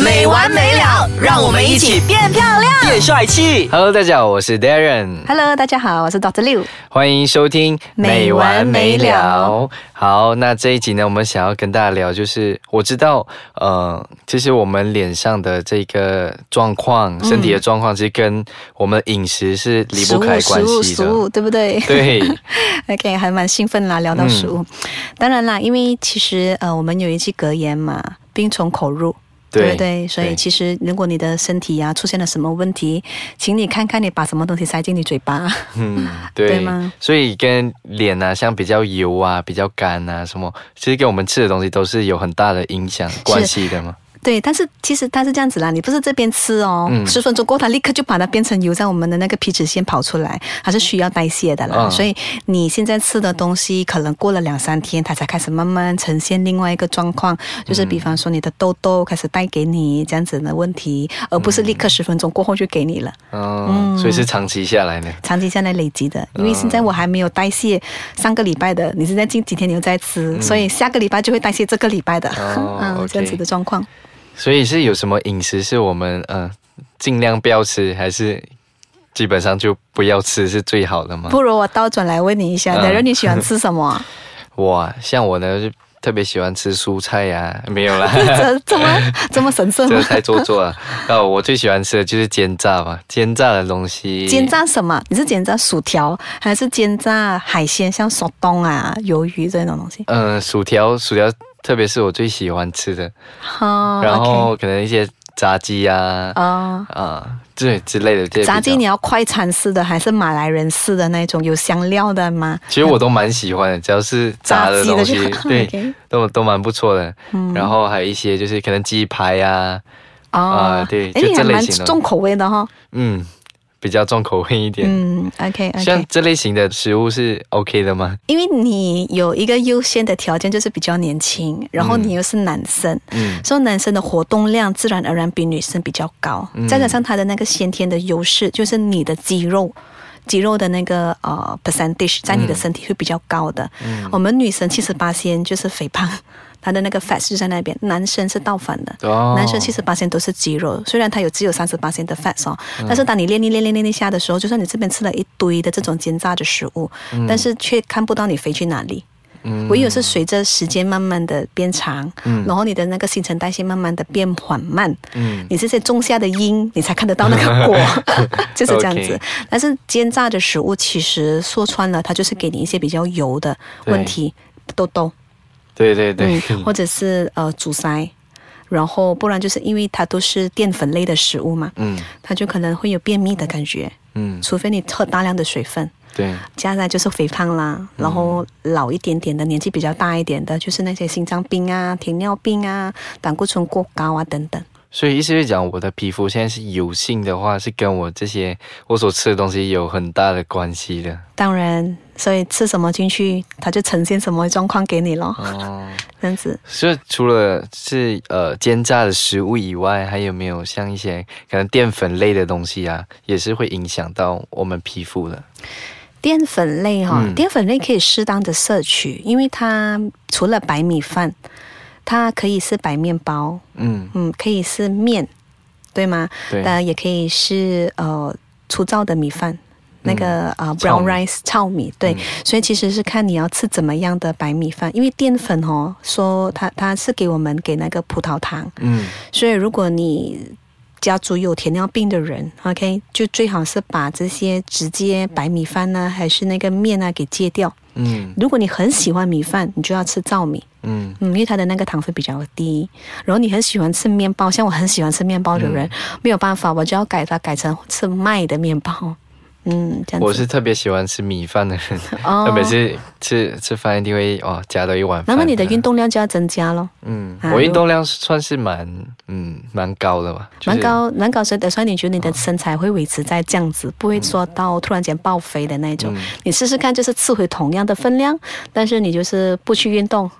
没完没了，让我们一起变漂亮。变帅气。 Hello，大家好，我是 Darren， Hello，大家好，我是 Doctor 六。欢迎收听《美完美了。好，那这一集呢，我们想要跟大家聊，就是我知道，呃，其实我们脸上的这个状况、身体的状况，其实跟我们饮食是离不开关食物，系食的。物，对不对？对， 嗯 OK，还蛮兴奋啦，聊到食物。当然啦，因为其实呃，我们有一句格言嘛，“病从口入”，对不对？所以其实如果你的身体呀、出现了什么问题，请你看看你把什么东西塞进你嘴巴。嗯，对， 对吗所以跟脸啊，像比较油啊、比较干啊什么，其实跟我们吃的东西都是有很大的影响关系的嘛。对，但是其实它是这样子啦，你不是这边吃哦，嗯十分钟过后它立刻就把它变成油在我们的那个皮脂腺跑出来，它是需要代谢的啦。嗯所以你现在吃的东西，可能过了两三天，它才开始慢慢呈现另外一个状况，就是比方说你的痘痘开始带给你这样子的问题，而不是立刻十分钟过后就给你了，嗯，所以是长期下来呢。长期下来累积的。因为现在我还没有代谢上个礼拜的，你现在近几天你又在吃，所以下个礼拜就会代谢这个礼拜的，哦 OK 嗯，这样子的状况。所以是有什么饮食是我们呃尽量不要吃，还是基本上就不要吃是最好的吗？不如我倒转来问你一下，嗯德仁、你喜欢吃什么 啊？我啊像我呢，就特别喜欢吃蔬菜 呀、没有啦，这这么这么神圣这个吗？太做作了。那我最喜欢吃的就是煎炸嘛，煎炸的东西，煎炸什么？你是煎炸薯条，还是煎炸海鲜，像索东啊、鱿鱼这种东西？嗯，薯条，薯条，特别是我最喜欢吃的，哦然后可能一些炸鸡呀、 ，OK，哦。啊，这、之类的这些炸鸡比你较，要快餐式的还是马来人式的那种有香料的吗？其实我都蛮喜欢的，只要是炸的东西炸鸡的，就对 OK，嗯都都蛮不错的。然后还有一些就是可能鸡排呀、哦，啊对哎，就你这还类蛮型的重口味的哈、哦。嗯，比较重口味一点。嗯，OK OK。像这类型的食物是 OK 的吗？因为你有一个优先的条件就是比较年轻，然后你又是男生，嗯所以男生的活动量自然而然比女生比较高，嗯再加上他的那个先天的优势，就是你的肌肉。肌肉的那个呃 percentage 在嗯你的身体会比较高的，我们女生七十八先就是肥胖，她的那个 fat 就在那边，男生是倒反的，哦男生七十八都是肌肉，虽然他有只有三十八的 fat 哦，嗯但是当你练练练练练一下的时候，就算你这边吃了一堆的这种煎炸的食物，嗯但是却看不到你肥去哪里。唯有是随着时间慢慢的变长，嗯然后你的那个新陈代谢慢慢的变缓慢，你这些种下的因，你才看得到那个 果，就是这样子 OK。但是煎炸的食物，其实说穿了，它就是给你一些比较油的问题，痘痘。对对对嗯，，或者是呃阻塞，然后不然就是因为它都是淀粉类的食物嘛，嗯它就可能会有便秘的感觉，嗯，除非你喝大量的水分。对，加上就是肥胖嗯啦，然后老一点点的，年纪比较大一点的，就是那些心脏病啊、糖尿病啊、胆固醇过高啊等等。所以意思是讲，我的皮肤现在是油性的话，是跟我这些我所吃的东西有很大的关系的。当然，所以吃什么进去，它就呈现什么状况给你咯，哦，这样子。所以除了是呃煎炸的食物以外，还有没有像一些可能淀粉类的东西啊，也是会影响到我们皮肤的？淀粉类哈、嗯淀粉类可以适当的摄取，因为它除了白米饭，它可以是白面包，嗯，嗯，可以是面，对吗？对呃，也可以是呃粗糙的米饭。那个啊、呃、嗯糙，brown 米嗯 rice 糙米，对，所以其实是看你要吃怎么样的白米饭，因为淀粉哦，说它它是给我们给那个葡萄糖，嗯，所以如果你家族有糖尿病的人，OK，就最好是把这些直接白米饭呢、还是那个面啊给戒掉。嗯如果你很喜欢米饭，你就要吃糙米，嗯嗯，因为它的那个糖分比较低。然后你很喜欢吃面包，像我很喜欢吃面包的人，嗯没有办法，我就要改它改成吃麦的面包。嗯，这样子。我是特别喜欢吃米饭的人，哦那 每次吃吃饭一定会哦夹到一碗那饭。么你的运，动量就要增加咯，嗯，啊我运动量算是蛮嗯蛮高的吧，就是嗯蛮。高蛮高，所以所以你觉得你的身材会维持在这样子，不会说到突然间爆肥的那嗯种。你试试看，就是吃回同样的分量，但是你就是不去运动，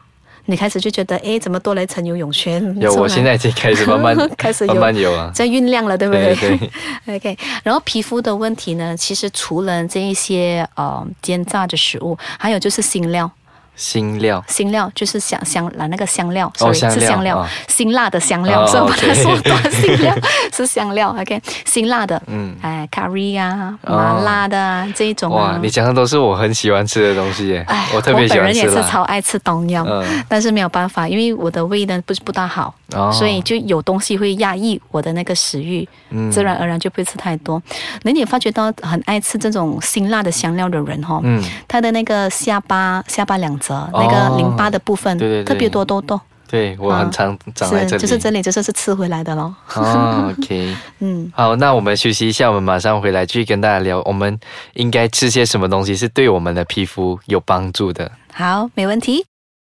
你开始就觉得，诶，怎么多了一层游泳圈？有，出来 我现在已经开始慢慢开始有慢慢有啊。在酝酿了，对不对对？对对 OK，然后皮肤的问题呢，其实除了这一些呃煎炸的食物，还有就是辛料。辛料，辛料就是香香来那个香料，哦 sorry，香料是香料啊，辛辣的香料，哦所以我把它 OK 说短，辛料 是香料，OK，辛辣的，嗯哎，curry 啊，哦麻辣的啊这一种哇啊，，你讲的都是我很喜欢吃的东西耶哎，，我特别喜本欢人吃也是超辣。爱吃东阳， 嗯但是没有办法，因为我的胃呢不是不大好，哦所以就有东西会压抑我的那个食欲，嗯自然而然就不会吃太多。那你也发觉到很爱吃这种辛辣的香料的人哈、哦，嗯他的那个下巴下巴两侧、哦那个淋巴的部分对对对特别多痘痘，对我很常长在是这里，就是这里就是是吃回来的咯。哦 OK，嗯，好，那我们休息一下，我们马上回来继续跟大家聊，我们应该吃些什么东西是对我们的皮肤有帮助的。好，没问题。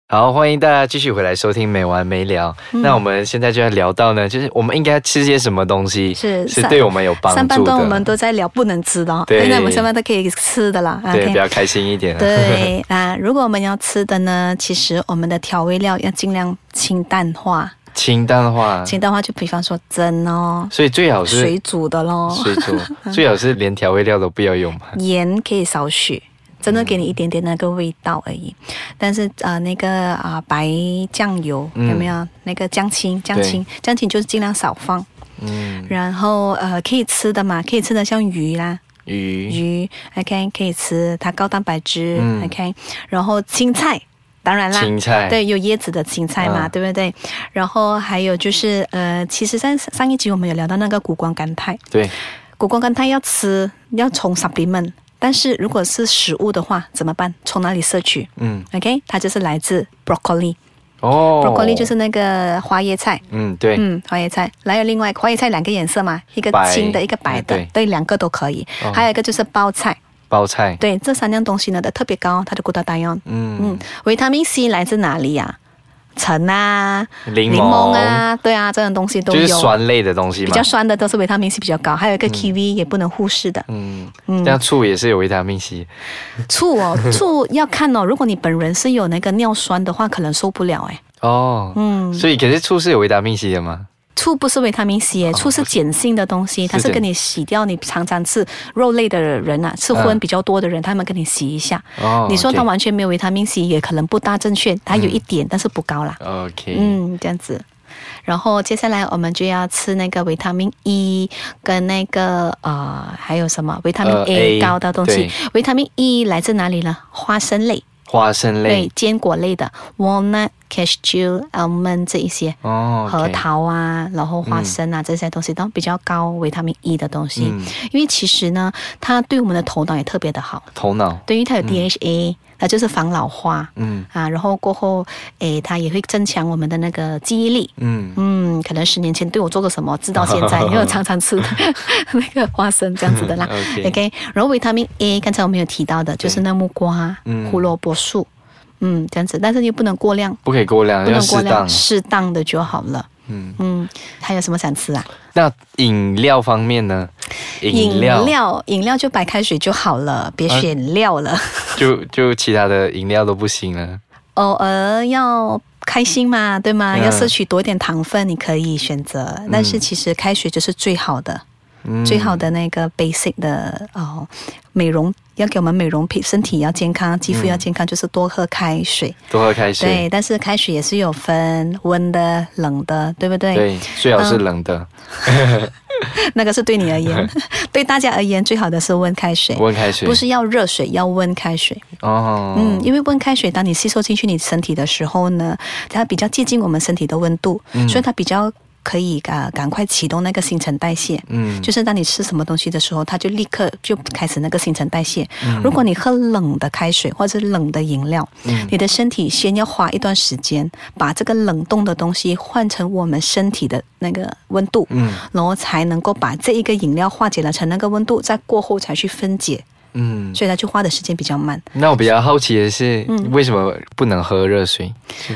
好，欢迎大家继续回来收听《没完没了》嗯那我们现在就要聊到呢，就是我们应该吃些什么东西是是上对我们有帮助的。上半段我们都在聊不能吃的哦，对现在我们下半段可以吃的啦。对 OK 比较开心一点。 对啊，如果我们要吃的呢，其实我们的调味料要尽量清淡化。清淡化，清淡化就比方说蒸哦，所以最好是水煮的咯，水 煮，最好是连调味料都不要用嘛。盐可以少许，真的给你一点点那个味道而已。但是呃，那个啊、白酱油嗯有没有？那个姜青，姜青，姜青就是尽量少放。嗯，然后呃，可以吃的嘛，可以吃的像鱼啦，鱼鱼 OK 可以吃，它高蛋白质、嗯 OK，然后青菜，当然啦，青菜对，有椰子的青菜嘛，啊对不对？然后还有就是呃，其实上上一集我们有聊到那个谷胱甘肽，对谷胱甘肽要吃要从 supplement，但是如果是食物的话怎么办？从哪里摄取？嗯，OK，它就是来自 broccoli，broccoli、哦 broccoli 就是那个花椰菜。嗯对嗯，花椰菜，还有另外花椰菜两个颜色嘛，一个白青的，一个白的，嗯对对，两个都可以。哦还有一个就是包菜，包菜对，这三样东西呢都特别高，它的谷大单胺。嗯嗯，维他命 C 来自哪里呀、橙啊，柠檬啊，对啊，这种东西都就是有。酸类的东西比嘛较。酸的都是维他命 C 比较高，还有一个 kiwi 也不能忽视的。嗯，嗯这样醋也是有维他命 C。醋 哦，醋要看哦，如果你本人是有那个尿酸的话，可能受不了哎。哦，嗯，所以可是醋是有维他命 C 的吗？醋不是维他命哦 C 耶，醋是碱性的东西，它是碱跟你洗掉。你常常吃肉类的人啊，吃荤嗯比较多的人，他们跟你洗一下。哦，你说它 OK 完全没有维他命 C，也可能不大正确，它有一点，但是不高啦。 ？OK，嗯，这样子。然后接下来我们就要吃那个维他命 E 跟那个呃还有什么维他命呃 A A，高的东西对。维他命 E 来自哪里呢？花生类，花生对类，坚果类的 walnut、cashew、almond 这一些。哦，核 OK 桃啊，然后花生啊，这些东西都比较高维他命 E 的东西，嗯因为其实呢，它对我们的头脑也特别的好，头脑，对于它有 DHA，、它就是防老化，嗯啊，然后过后，诶，它也会增强我们的那个记忆力。嗯，嗯，可能十年前对我做过什么，直到现 在，因为我常常吃 那个花生这样子的啦。 OK 然后维他命 A，刚才我们有提到的，就是那木瓜、啊嗯胡萝卜素，嗯，这样子，但是又不能过量，不可以过量，不啊要能过适量，当。适当的就好了。嗯，嗯，还有什么想吃啊？那饮料方面呢？饮料饮料，饮料就白开水就好了，别啊选料了。 就就其他的饮料都不行了。偶尔要开心嘛，对吗？嗯要摄取多一点糖分，你可以选择。但是其实开水就是最好的，嗯最好的那个 basic 的哦，美容要给我们美容皮，身体要健康，肌嗯肤要健康，就是多喝开水。多喝开对，水。但是开水也是有分温的、冷的，对不对？嗯对，最好是冷的，那个是对你而 言，对大家而言，最好的是温开水，温开水。不是要热水，要温开水。哦，嗯，因为温开水当你吸收进去你身体的时候呢，它比较接近我们身体的温度，嗯所以它比较可以啊、呃赶快启动那个新陈代谢。嗯就是当你吃什么东西的时候，它就立刻就开始那个新陈代谢。嗯如果你喝冷的开水或者冷的饮料，嗯你的身体先要花一段时间把这个冷冻的东西换成我们身体的那个温度，嗯然后才能够把这一个饮料化解了成那个温度，再过后才去分解，嗯。所以它就花的时间比较慢。那我比较好奇的是，嗯为什么不能喝热水？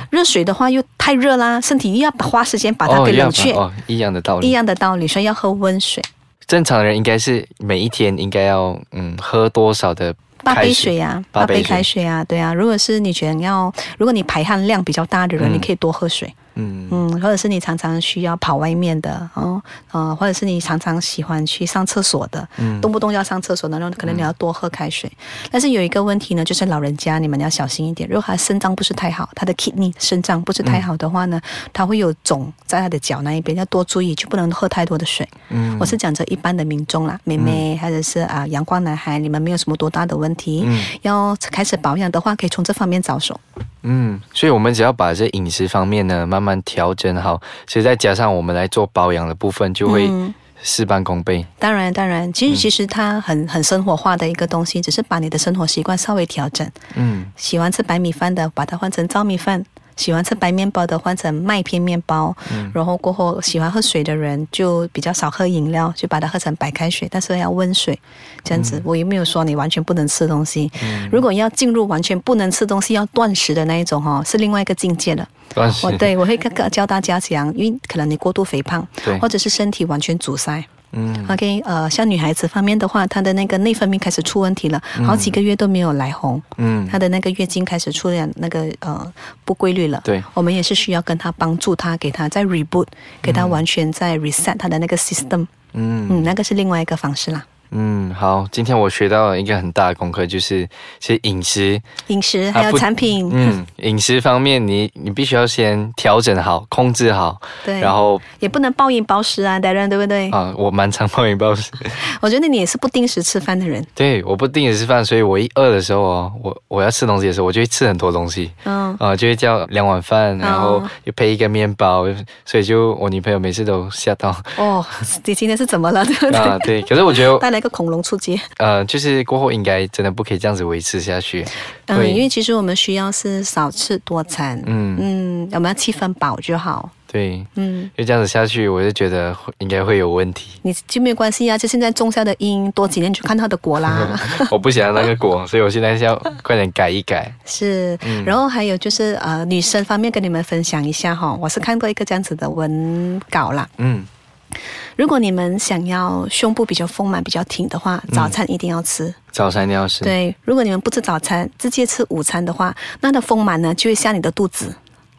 热水的话又太热啦，身体又要花时间把它哦，给一样冷吧却，哦，一样的道一理。样的道理，所以要喝温水，正常人应该是每一天应该要嗯喝多少的八开杯水呀、八杯杯开水啊，对啊。如果是你觉得要，如果你排汗量比较大的人，嗯你可以多喝水，嗯嗯，或者是你常常需要跑外面的哦，呃，或者是你常常喜欢去上厕所的，动不动要上厕所的，那可能你要多喝开水。但是有一个问题呢，就是老人家你们要小心一点，如果他肾脏不是太好，他的 kidney 肾脏不是太好的话呢，他会有肿在他的脚那一边，要多注意，就不能喝太多的水。嗯我是讲着一般的民众啦，妹妹或者是啊阳光男孩，你们没有什么多大的问题，要开始保养的话，可以从这方面着手。嗯，所以我们只要把这饮食方面呢慢慢调整好，其实再加上我们来做保养的部分，就会嗯事半功倍。当然，当然，嗯其实其实它很很生活化的一个东西，只是把你的生活习惯稍微调整。嗯喜欢吃白米饭的，把它换成糙米饭；喜欢吃白面包的，换成麦片面包。嗯然后过后，喜欢喝水的人就比较少喝饮料，就把它喝成白开水，但是要温水。这样子，嗯我也没有说你完全不能吃东西。如果要进入完全不能吃东西、要断食的那一种哦，是另外一个境界了。但是我哦对我会跟教大家讲，因为可能你过度肥胖对，或者是身体完全阻塞。嗯 OK，呃，像女孩子方面的话，她的那个内分泌开始出问题了，好几个月都没有来红，嗯她的那个月经开始出现那个呃不规律了。对我们也是需要跟她帮助她，给她再 reboot，给她完全再 reset 她的那个 system。嗯嗯，那个是另外一个方式啦，嗯，好，今天我学到了一个很大的功课，就是其实饮食饮食啊还有不产品，嗯，饮食方面你，你必须要先调整好，控制好，对然后 也不能暴饮暴食啊 d a r e n 对不对？啊，我蛮常暴饮暴食，我觉得你也是不定时吃饭的人。 对，我不定时吃饭，所以我一饿的时候哦，我我要吃东西的时候，我就会吃很多东西，嗯，啊、就会叫两碗饭，然后哦又配一个面包，所以就我女朋友每次都吓到哦， 你今天是怎么了？对不啊，对？对，可是我 觉得带来一个恐龙出街。呃，就是过后应该真的不可以这样子维持下去，嗯，因对为其实我们需要是少吃多餐，嗯嗯，我们要气氛饱就好，对，嗯，就这样子下去，我就觉得会应该会有问 题。你就没有关系啊，就现在种下的因，多几年就看它的果 啦。我不想要那个果，所以我现在是要快点改一改。是，嗯然后还有就是呃，女生方面跟你们分享一下哈，我是看过一个这样子的文稿啦。嗯如果你们想要胸部比较丰满、比较挺的话，嗯早餐一定要吃。，早餐你要吃，对，如果你们不吃早餐，直接吃午餐的话，那它的丰满呢就会下你的肚子，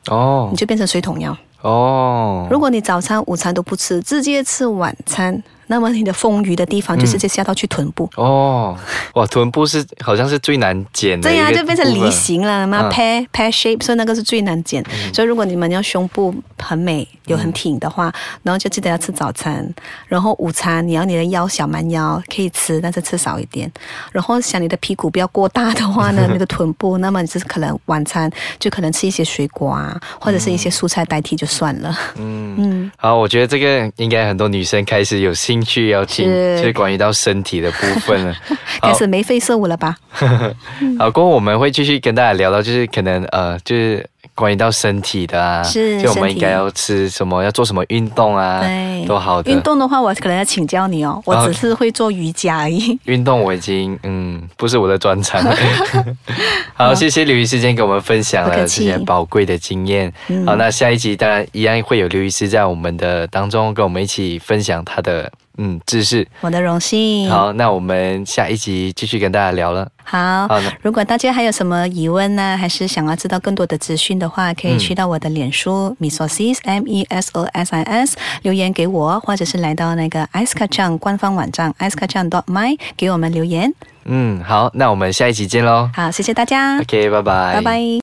哦你就变成水桶腰。哦，如果你早餐、午餐都不吃，直接吃晚餐，那么你的丰腴的地方就嗯直接下到去臀部。哦，哇，臀部是好像是最难减的对一个呀、部分，就变成梨形了嗯嘛、p a i r pear shape，所以那个是最难减。所以如果你们要胸部很美又很挺的嗯话，然后就记得要吃早餐，然后午餐你要你的腰小蛮腰可以吃，但是吃少一点。然后想你的屁股不要过大的 话呢，你的臀部，那么你就是可能晚餐就可能吃一些水果啊，或者是一些蔬菜代替就算了。嗯，好，我觉得这个应该很多女生开始有兴趣要听，是就是关于到身体的部分了。 开好始眉飞色舞了吧？好，过后我们会继续跟大家聊到，就是可能呃，就是关于到身体的啊，是就我们身体应该要吃什么，要做什么运动啊，对，都好的。运动的话，我可能要请教你哦，我啊只是会做瑜伽而已。 运动我已经嗯不是我的专长。好，谢谢刘医师今天给我们分享不了客这气嗯些宝贵的经验。好，那下一集当然一样会有刘医师在我们的当中跟我们一起分享他的嗯知识。我的荣幸。好，那我们下一集继续跟大家聊了。好，好的如果大家还有什么疑问呢、还是想要知道更多的资讯的话，嗯可以去到我的脸书 Mesosis M E S O S I S 留言给我，或者是来到那个 Ice k a c h a n g 官方网站 ice k a c h a n g dot my 给我们留言。嗯，好，那我们下一集见喽。好，谢谢大家， OK，拜拜，嗯拜拜。